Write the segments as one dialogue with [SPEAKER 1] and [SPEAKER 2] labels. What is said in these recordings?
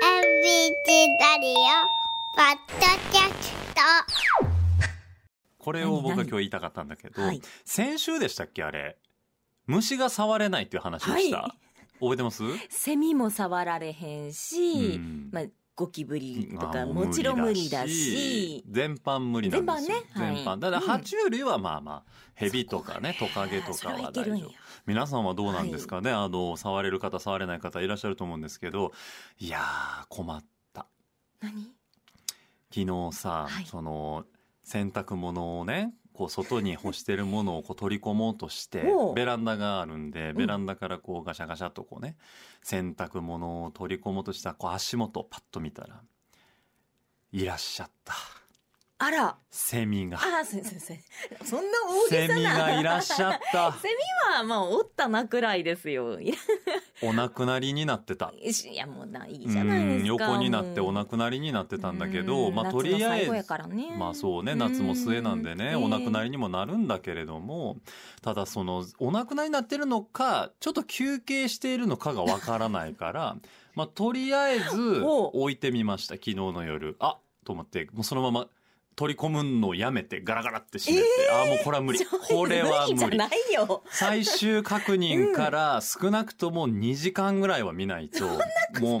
[SPEAKER 1] チラリオパッドキャスト
[SPEAKER 2] これを僕は今
[SPEAKER 3] 何何
[SPEAKER 2] 日言いたかったんだけど、
[SPEAKER 3] はい
[SPEAKER 2] 先週でしたっけあれ虫が触れないっていう話をした、
[SPEAKER 3] はい
[SPEAKER 2] 覚えてます
[SPEAKER 3] セミも触られへんし、
[SPEAKER 2] うん
[SPEAKER 3] まあ、ゴキブリと
[SPEAKER 2] あ
[SPEAKER 3] か
[SPEAKER 2] ー
[SPEAKER 3] もちろん無理だし
[SPEAKER 2] 全般無理なんですよ
[SPEAKER 3] 全般ねはい
[SPEAKER 2] ただ
[SPEAKER 3] うん
[SPEAKER 2] 爬虫類はまあまあヘビとかねトカゲと
[SPEAKER 3] そ
[SPEAKER 2] か
[SPEAKER 3] れは
[SPEAKER 2] はい
[SPEAKER 3] け
[SPEAKER 2] 大
[SPEAKER 3] るん
[SPEAKER 2] 丈
[SPEAKER 3] や
[SPEAKER 2] 夫皆さんはどうなんですかね、あの触れる方触れない方いらっしゃると思うんですけどいやー困った
[SPEAKER 3] 何
[SPEAKER 2] 昨日さ、
[SPEAKER 3] はい
[SPEAKER 2] その洗濯物をねこう外に干してるものをこう取り込もうとして
[SPEAKER 3] おう
[SPEAKER 2] ベランダがあるんで
[SPEAKER 3] ん
[SPEAKER 2] ベランダからこうガシャガシャっとこうね洗濯物を取り込もうとしたこう足元をパッと見たらいらっしゃった
[SPEAKER 3] あら
[SPEAKER 2] セミが
[SPEAKER 3] あら先生そんな大げ
[SPEAKER 2] セ
[SPEAKER 3] さ
[SPEAKER 2] ミ
[SPEAKER 3] な
[SPEAKER 2] がいらっしゃっ た
[SPEAKER 3] セミはまあおったなくらいですよい
[SPEAKER 2] お亡くなりになってた
[SPEAKER 3] らしいやもうないいうじゃないです
[SPEAKER 2] ん
[SPEAKER 3] か
[SPEAKER 2] 横になってお
[SPEAKER 3] な
[SPEAKER 2] 亡くなりになってたんだけどまあとりあえず
[SPEAKER 3] から、ね、
[SPEAKER 2] まあそうね夏も末なんでねお亡くな
[SPEAKER 3] り
[SPEAKER 2] りにもなるんだけれどもただそのお亡くなりになってるのかちょっと休憩しているのかがわからないから まあとりあえず
[SPEAKER 3] お
[SPEAKER 2] 置いてみました昨日の夜あと思ってもうそのまま取り込むのをやめてガラガラって閉めて、ああもうこれは無理これは
[SPEAKER 3] じゃ
[SPEAKER 2] 無理
[SPEAKER 3] ないよ
[SPEAKER 2] 最終確認から少なくとも2時間ぐらいは見ないと、もう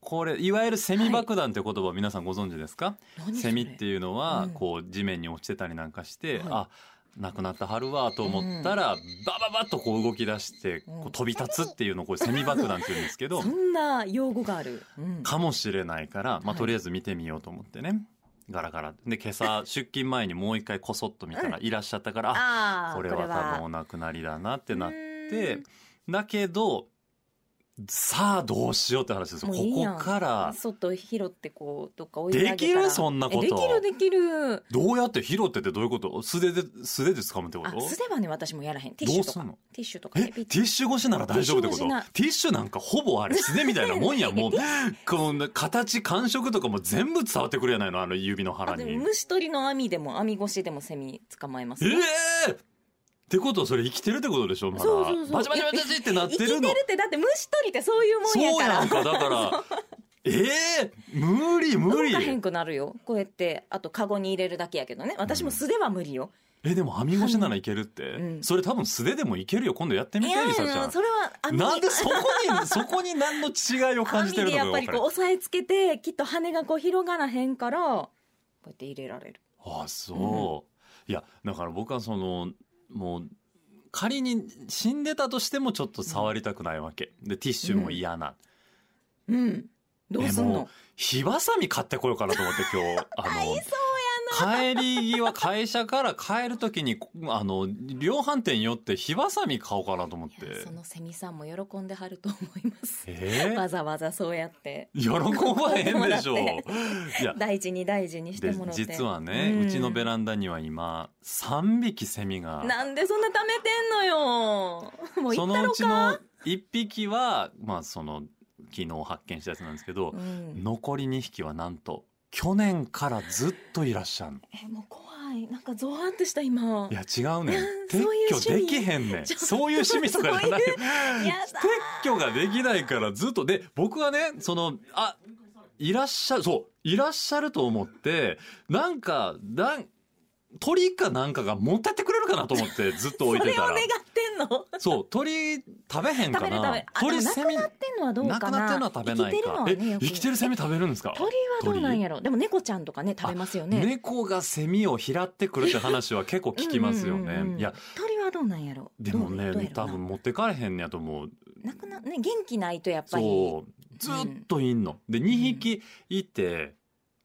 [SPEAKER 2] これいわゆるセミ爆弾って言葉皆さんご存知ですか、セミっていうのは
[SPEAKER 3] うん
[SPEAKER 2] こう地面に落ちてたりなんかして、
[SPEAKER 3] はい
[SPEAKER 2] あ亡くなった春はと思ったら、バババッとこう動き出してこ
[SPEAKER 3] う
[SPEAKER 2] うん飛び立つっていうのをこれセミ爆弾って言うんですけど
[SPEAKER 3] そんな用語がある、うん
[SPEAKER 2] かもしれないから、まあ、
[SPEAKER 3] はい
[SPEAKER 2] とりあえず見てみようと思ってね。ガラガラで今朝出勤前にもう一回こそっと見たらいらっしゃったから、あ
[SPEAKER 3] あー
[SPEAKER 2] これは多分お亡くなりだなってなっ
[SPEAKER 3] う
[SPEAKER 2] てだけどさあどうしようって話ですよ
[SPEAKER 3] もういいや
[SPEAKER 2] こ
[SPEAKER 3] ん
[SPEAKER 2] こから
[SPEAKER 3] 外拾ってこうどっか置いてあげたら
[SPEAKER 2] できるそんなこと
[SPEAKER 3] えできるできる
[SPEAKER 2] どうやって拾ってってどういうこと素手で素手で掴むってこ
[SPEAKER 3] あ
[SPEAKER 2] と
[SPEAKER 3] すればね私もやらへんティッシュと
[SPEAKER 2] どうす
[SPEAKER 3] か
[SPEAKER 2] んの
[SPEAKER 3] ティッシュとか
[SPEAKER 2] え
[SPEAKER 3] で
[SPEAKER 2] テ
[SPEAKER 3] ピッ
[SPEAKER 2] ィッシュ越しなら大丈夫ってこと
[SPEAKER 3] ティッシュ越しな
[SPEAKER 2] ティッシュなんかほぼあれ素手みたいなもん やもうこの形感触とかも全部伝わってくるやないのあの指の
[SPEAKER 3] あ
[SPEAKER 2] 腹
[SPEAKER 3] で
[SPEAKER 2] に
[SPEAKER 3] も虫取りの網でも網越しでもセミ捕まえます
[SPEAKER 2] え
[SPEAKER 3] よ
[SPEAKER 2] えーってことはそれ生きてるってことでしょまだ
[SPEAKER 3] そうそうそう
[SPEAKER 2] バチバチバチバチってなっ
[SPEAKER 3] 生き
[SPEAKER 2] て
[SPEAKER 3] て
[SPEAKER 2] る
[SPEAKER 3] る
[SPEAKER 2] の
[SPEAKER 3] ってだって虫取りってそういうもんや
[SPEAKER 2] そう
[SPEAKER 3] か
[SPEAKER 2] や
[SPEAKER 3] ら
[SPEAKER 2] んかだから ええ無理無
[SPEAKER 3] 動
[SPEAKER 2] 理
[SPEAKER 3] かへんくなるよこうやってあとカゴに入れるだけやけどね私も素では無理よ、
[SPEAKER 2] えでも網越しならいけるって、
[SPEAKER 3] うん
[SPEAKER 2] それ多分素手でもいけるよ今度やってみ
[SPEAKER 3] い
[SPEAKER 2] て
[SPEAKER 3] やい
[SPEAKER 2] りさち
[SPEAKER 3] や
[SPEAKER 2] ゃ
[SPEAKER 3] それは
[SPEAKER 2] ん
[SPEAKER 3] 網
[SPEAKER 2] なんでそこにそこに何の違いを感じてる
[SPEAKER 3] 網で
[SPEAKER 2] のか
[SPEAKER 3] や
[SPEAKER 2] が分
[SPEAKER 3] っぱり
[SPEAKER 2] か
[SPEAKER 3] こう
[SPEAKER 2] る
[SPEAKER 3] 押さえつけてきっと羽がこう広がらへんからこうやって入れられる
[SPEAKER 2] あそう、いやだから僕はそのもう仮に死んでたとしてもちょっと触りたくないわけ、でティッシュも嫌な、
[SPEAKER 3] うんどうすん
[SPEAKER 2] えもう
[SPEAKER 3] の
[SPEAKER 2] 火ばさみ買ってこようかなと思って今日 あの帰り際会社から帰る時にあの量販店寄って火ばさみ買おうかなと思っ
[SPEAKER 3] いや
[SPEAKER 2] て
[SPEAKER 3] そのセミさんも喜んではると思います
[SPEAKER 2] えー
[SPEAKER 3] わざわざそうやって
[SPEAKER 2] 喜ばへんでしょ う
[SPEAKER 3] だって
[SPEAKER 2] いや
[SPEAKER 3] 大事に大事にして
[SPEAKER 2] で
[SPEAKER 3] もらって
[SPEAKER 2] 実はね、うちのベ
[SPEAKER 3] ン
[SPEAKER 2] ランダには今3匹セミが
[SPEAKER 3] なんでそんな貯めてんのよもう
[SPEAKER 2] そ
[SPEAKER 3] 行った
[SPEAKER 2] の
[SPEAKER 3] ろ
[SPEAKER 2] うち
[SPEAKER 3] か
[SPEAKER 2] の1匹はまあその昨日発見したやつなんですけど
[SPEAKER 3] う、ん、
[SPEAKER 2] 残り2匹はなんと去年からずっといらっしゃるの
[SPEAKER 3] えもう怖いなんかゾワってした今
[SPEAKER 2] いや違うねん
[SPEAKER 3] そう
[SPEAKER 2] 撤
[SPEAKER 3] いう
[SPEAKER 2] 去
[SPEAKER 3] 趣
[SPEAKER 2] で
[SPEAKER 3] 味
[SPEAKER 2] きへんねん
[SPEAKER 3] ちょっと
[SPEAKER 2] そういう趣味とかじゃないよ
[SPEAKER 3] や
[SPEAKER 2] 撤
[SPEAKER 3] だ
[SPEAKER 2] 去ができないからずっとで僕はねそのあいらっしゃるそういらっしゃると思ってなんかなん鳥かなんかが持ってってくれるかなと思ってずっと
[SPEAKER 3] そ
[SPEAKER 2] 置いて
[SPEAKER 3] れを
[SPEAKER 2] た
[SPEAKER 3] 願っ
[SPEAKER 2] ら
[SPEAKER 3] てんの食
[SPEAKER 2] そう鳥食べへんか
[SPEAKER 3] べ
[SPEAKER 2] な
[SPEAKER 3] る食べるあでも
[SPEAKER 2] 鳥
[SPEAKER 3] な
[SPEAKER 2] セ
[SPEAKER 3] く
[SPEAKER 2] ミ
[SPEAKER 3] なってんのはどうか
[SPEAKER 2] な
[SPEAKER 3] な
[SPEAKER 2] くなってるのは食べないか
[SPEAKER 3] 生きてるのはね
[SPEAKER 2] え
[SPEAKER 3] よく
[SPEAKER 2] 生きてるセミ食べるんですか
[SPEAKER 3] 鳥はどうなんやろでも猫ちゃんとかね食べますよね
[SPEAKER 2] 猫がセミを拾ってくるって話は結構聞きますよ
[SPEAKER 3] うんうんうんう
[SPEAKER 2] ね
[SPEAKER 3] ん
[SPEAKER 2] いや
[SPEAKER 3] 鳥はどうなんやろ
[SPEAKER 2] でも
[SPEAKER 3] どうどうや
[SPEAKER 2] ね
[SPEAKER 3] ろ
[SPEAKER 2] 多
[SPEAKER 3] うな
[SPEAKER 2] 分持ってかれへんねやと思う
[SPEAKER 3] なくなね元気ないとやっぱり
[SPEAKER 2] そうずっといんの、で2匹いて、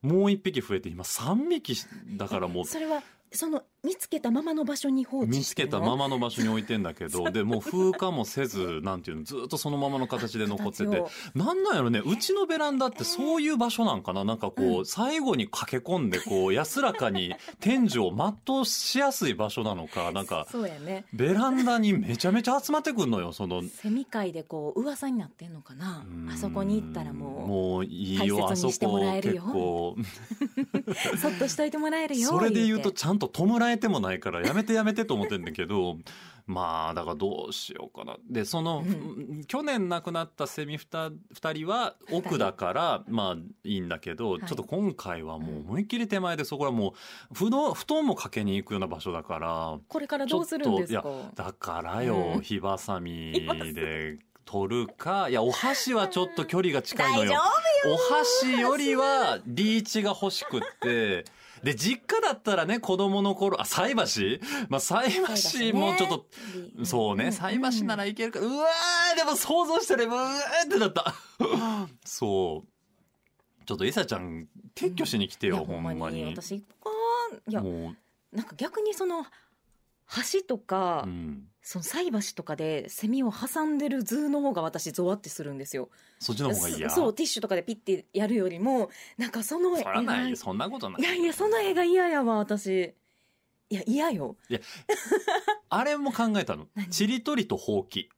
[SPEAKER 2] もう1匹増えて今3匹だからもう
[SPEAKER 3] それはその見つけたままの場所に放置
[SPEAKER 2] 見つけたま
[SPEAKER 3] ま
[SPEAKER 2] まの場所に置いてんだけどでもう風化もせずなんていうのずっとそのままの形で残っててなんなんやろねうちのベランダってそういう場所なんかななんかこう、
[SPEAKER 3] う
[SPEAKER 2] 最後に駆け込んでこ う安らかに天井を全うしやすい場所なのかなんか
[SPEAKER 3] そうやね
[SPEAKER 2] ベランダにめちゃめちゃ集まってくんのよその。
[SPEAKER 3] セミ界でこう噂になってんのかなあそこに行ったらも
[SPEAKER 2] もういいよあ
[SPEAKER 3] 大切
[SPEAKER 2] そ
[SPEAKER 3] にしてもら
[SPEAKER 2] こ
[SPEAKER 3] える
[SPEAKER 2] 結
[SPEAKER 3] よ
[SPEAKER 2] 構
[SPEAKER 3] うそっとしといてもらえるよ
[SPEAKER 2] それで言うと
[SPEAKER 3] て
[SPEAKER 2] ちゃんと弔えてもないからやめてやめてと思ってんだけど まあだからどうしようかなでその、
[SPEAKER 3] うん
[SPEAKER 2] 去年亡くなったセミ 2, 二人は奥だからまあいいんだけど、ち
[SPEAKER 3] い
[SPEAKER 2] ょっと今回はもう思いっきり手前でそこはもう布団布団もかけに行くような場所だから
[SPEAKER 3] これからどうするんですか
[SPEAKER 2] ちだからよ、
[SPEAKER 3] うん
[SPEAKER 2] 火ばさ みで取るかいやお箸はちょっと距離が近いのよお箸よりはリーチが欲しくって。で、実家だったらね、子供の頃、あ、菜箸まあ、菜箸もちょっと、そうね、菜箸ならい
[SPEAKER 3] い
[SPEAKER 2] けるか。うわー、でも想像したら、うわーってなった。そう。ちょっとエサちゃん、撤去しに来て
[SPEAKER 3] い
[SPEAKER 2] よ、
[SPEAKER 3] や
[SPEAKER 2] ほ
[SPEAKER 3] ほ
[SPEAKER 2] ん
[SPEAKER 3] ん
[SPEAKER 2] ま
[SPEAKER 3] まに
[SPEAKER 2] に。
[SPEAKER 3] 私行こうかいや
[SPEAKER 2] も
[SPEAKER 3] なんか逆にその橋とか、
[SPEAKER 2] う、うん。
[SPEAKER 3] その菜箸とかでセミを挟んでる図の方が私ゾワってするんですよ。
[SPEAKER 2] そっちの方がいいや。
[SPEAKER 3] そそうティッシュとかでピッてやるよりもなんかその
[SPEAKER 2] そらない、
[SPEAKER 3] い
[SPEAKER 2] そんなことない。
[SPEAKER 3] やいやその絵が嫌やわ私。いや嫌よ。
[SPEAKER 2] あれも考えたの
[SPEAKER 3] 何。
[SPEAKER 2] ちりとりとほうき。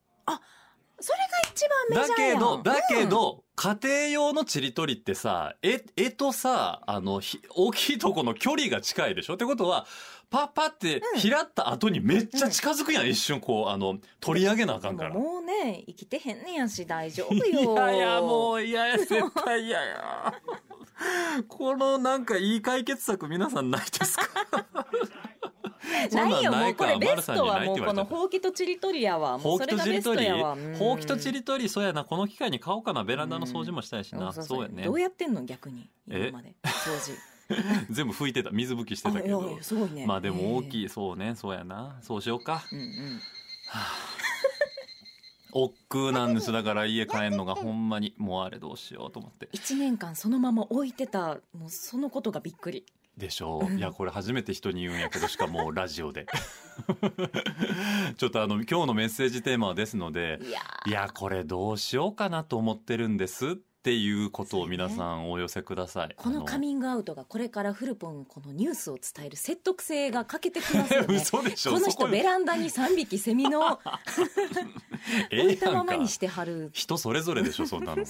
[SPEAKER 3] それが一番メ
[SPEAKER 2] だ
[SPEAKER 3] ジャー
[SPEAKER 2] け
[SPEAKER 3] やん
[SPEAKER 2] ど、だけ、ど、家庭用のちりとりってさ、え、えとさ、あの、ひ大きいとこの距離が近いでしょってことは、パッパって
[SPEAKER 3] うん
[SPEAKER 2] 開った後にめっちゃ近づくやん、一瞬こう、あの、取り上げなあか
[SPEAKER 3] うんん
[SPEAKER 2] から。
[SPEAKER 3] もうね生きてへんねやし大丈夫
[SPEAKER 2] い
[SPEAKER 3] よ。
[SPEAKER 2] やいや、もう嫌や、絶対嫌や。このなんかいい解決策皆さんないですかそん
[SPEAKER 3] なんいよもうこれベ
[SPEAKER 2] 丸
[SPEAKER 3] ストはもうこの
[SPEAKER 2] ゃった
[SPEAKER 3] ほうきとちりとりやわも
[SPEAKER 2] ほ
[SPEAKER 3] う
[SPEAKER 2] う
[SPEAKER 3] そ
[SPEAKER 2] き
[SPEAKER 3] れ
[SPEAKER 2] と
[SPEAKER 3] が
[SPEAKER 2] ち
[SPEAKER 3] ベ
[SPEAKER 2] り
[SPEAKER 3] スト
[SPEAKER 2] とり
[SPEAKER 3] やわう ん
[SPEAKER 2] ほうきとちりとり、そうやな、この機会に買おうかな、ベランダの掃除もしたいし
[SPEAKER 3] そ
[SPEAKER 2] な。
[SPEAKER 3] うそう
[SPEAKER 2] そ
[SPEAKER 3] そうう
[SPEAKER 2] やね。
[SPEAKER 3] どうやってんの逆に
[SPEAKER 2] え
[SPEAKER 3] 今まで掃除
[SPEAKER 2] 全部拭いてた水拭きしてたけ
[SPEAKER 3] あいやい
[SPEAKER 2] ど
[SPEAKER 3] やすごいね
[SPEAKER 2] まあでも大き
[SPEAKER 3] い、
[SPEAKER 2] いそうねそうやなそうしようか
[SPEAKER 3] うんうん
[SPEAKER 2] 億劫なんですだから家帰んのがほんまにもうあれどうしようと思って
[SPEAKER 3] 1年間そのまま置いてたもうそのことがびっくり
[SPEAKER 2] でしょういやこれ初めて人に言うんやけどしかもラジオで ちょっとあの今日のメッセージテーマはですので
[SPEAKER 3] いや
[SPEAKER 2] いやこれどうしようかなと思ってるんですっていうことを皆さんお寄せください、
[SPEAKER 3] こ
[SPEAKER 2] あ
[SPEAKER 3] のカミングアウトがこれからフルポンこのニュースを伝える説得性が欠けてきますよね
[SPEAKER 2] 嘘でしょ
[SPEAKER 3] この
[SPEAKER 2] そこ
[SPEAKER 3] 人ベランダに3匹セミ の
[SPEAKER 2] え
[SPEAKER 3] 置
[SPEAKER 2] え
[SPEAKER 3] いた
[SPEAKER 2] や
[SPEAKER 3] ま
[SPEAKER 2] ん
[SPEAKER 3] ま
[SPEAKER 2] か
[SPEAKER 3] にしてはる
[SPEAKER 2] 人それぞれでしょそ んなの。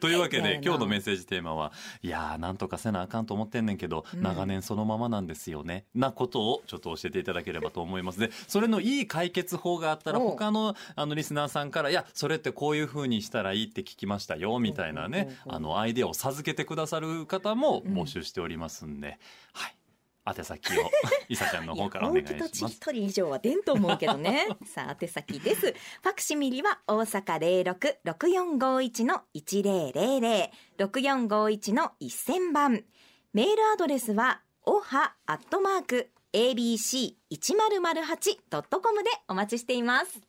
[SPEAKER 2] というわけ
[SPEAKER 3] いやい
[SPEAKER 2] で
[SPEAKER 3] や
[SPEAKER 2] 今日のメッセージテーマは「いやーなんとかせなあかんと思ってんねんけど、
[SPEAKER 3] うん
[SPEAKER 2] 長年そのままなんですよね」なことをちょっと教えていただければと思いますでそれのいい解決法があったら
[SPEAKER 3] おう
[SPEAKER 2] 他のあのリスナーさんから「いやそれってこういうふうにしたらいいって聞きましたよ」みたいなね
[SPEAKER 3] おうおうおうおう
[SPEAKER 2] あのアイデアを授けてくださる方も募集しておりますんで、はい宛先 をいさちゃんの方からお願いし
[SPEAKER 3] 本気とち
[SPEAKER 2] ま
[SPEAKER 3] り
[SPEAKER 2] す。
[SPEAKER 3] とり以上は出んと思うけど ね。さあ、宛先です。ファクシミリは大阪零六六四五一の一零零零六四五一の一千番。メールアドレスはおはアットマーク abc 一0 0 8ドットコムでお待ちしています。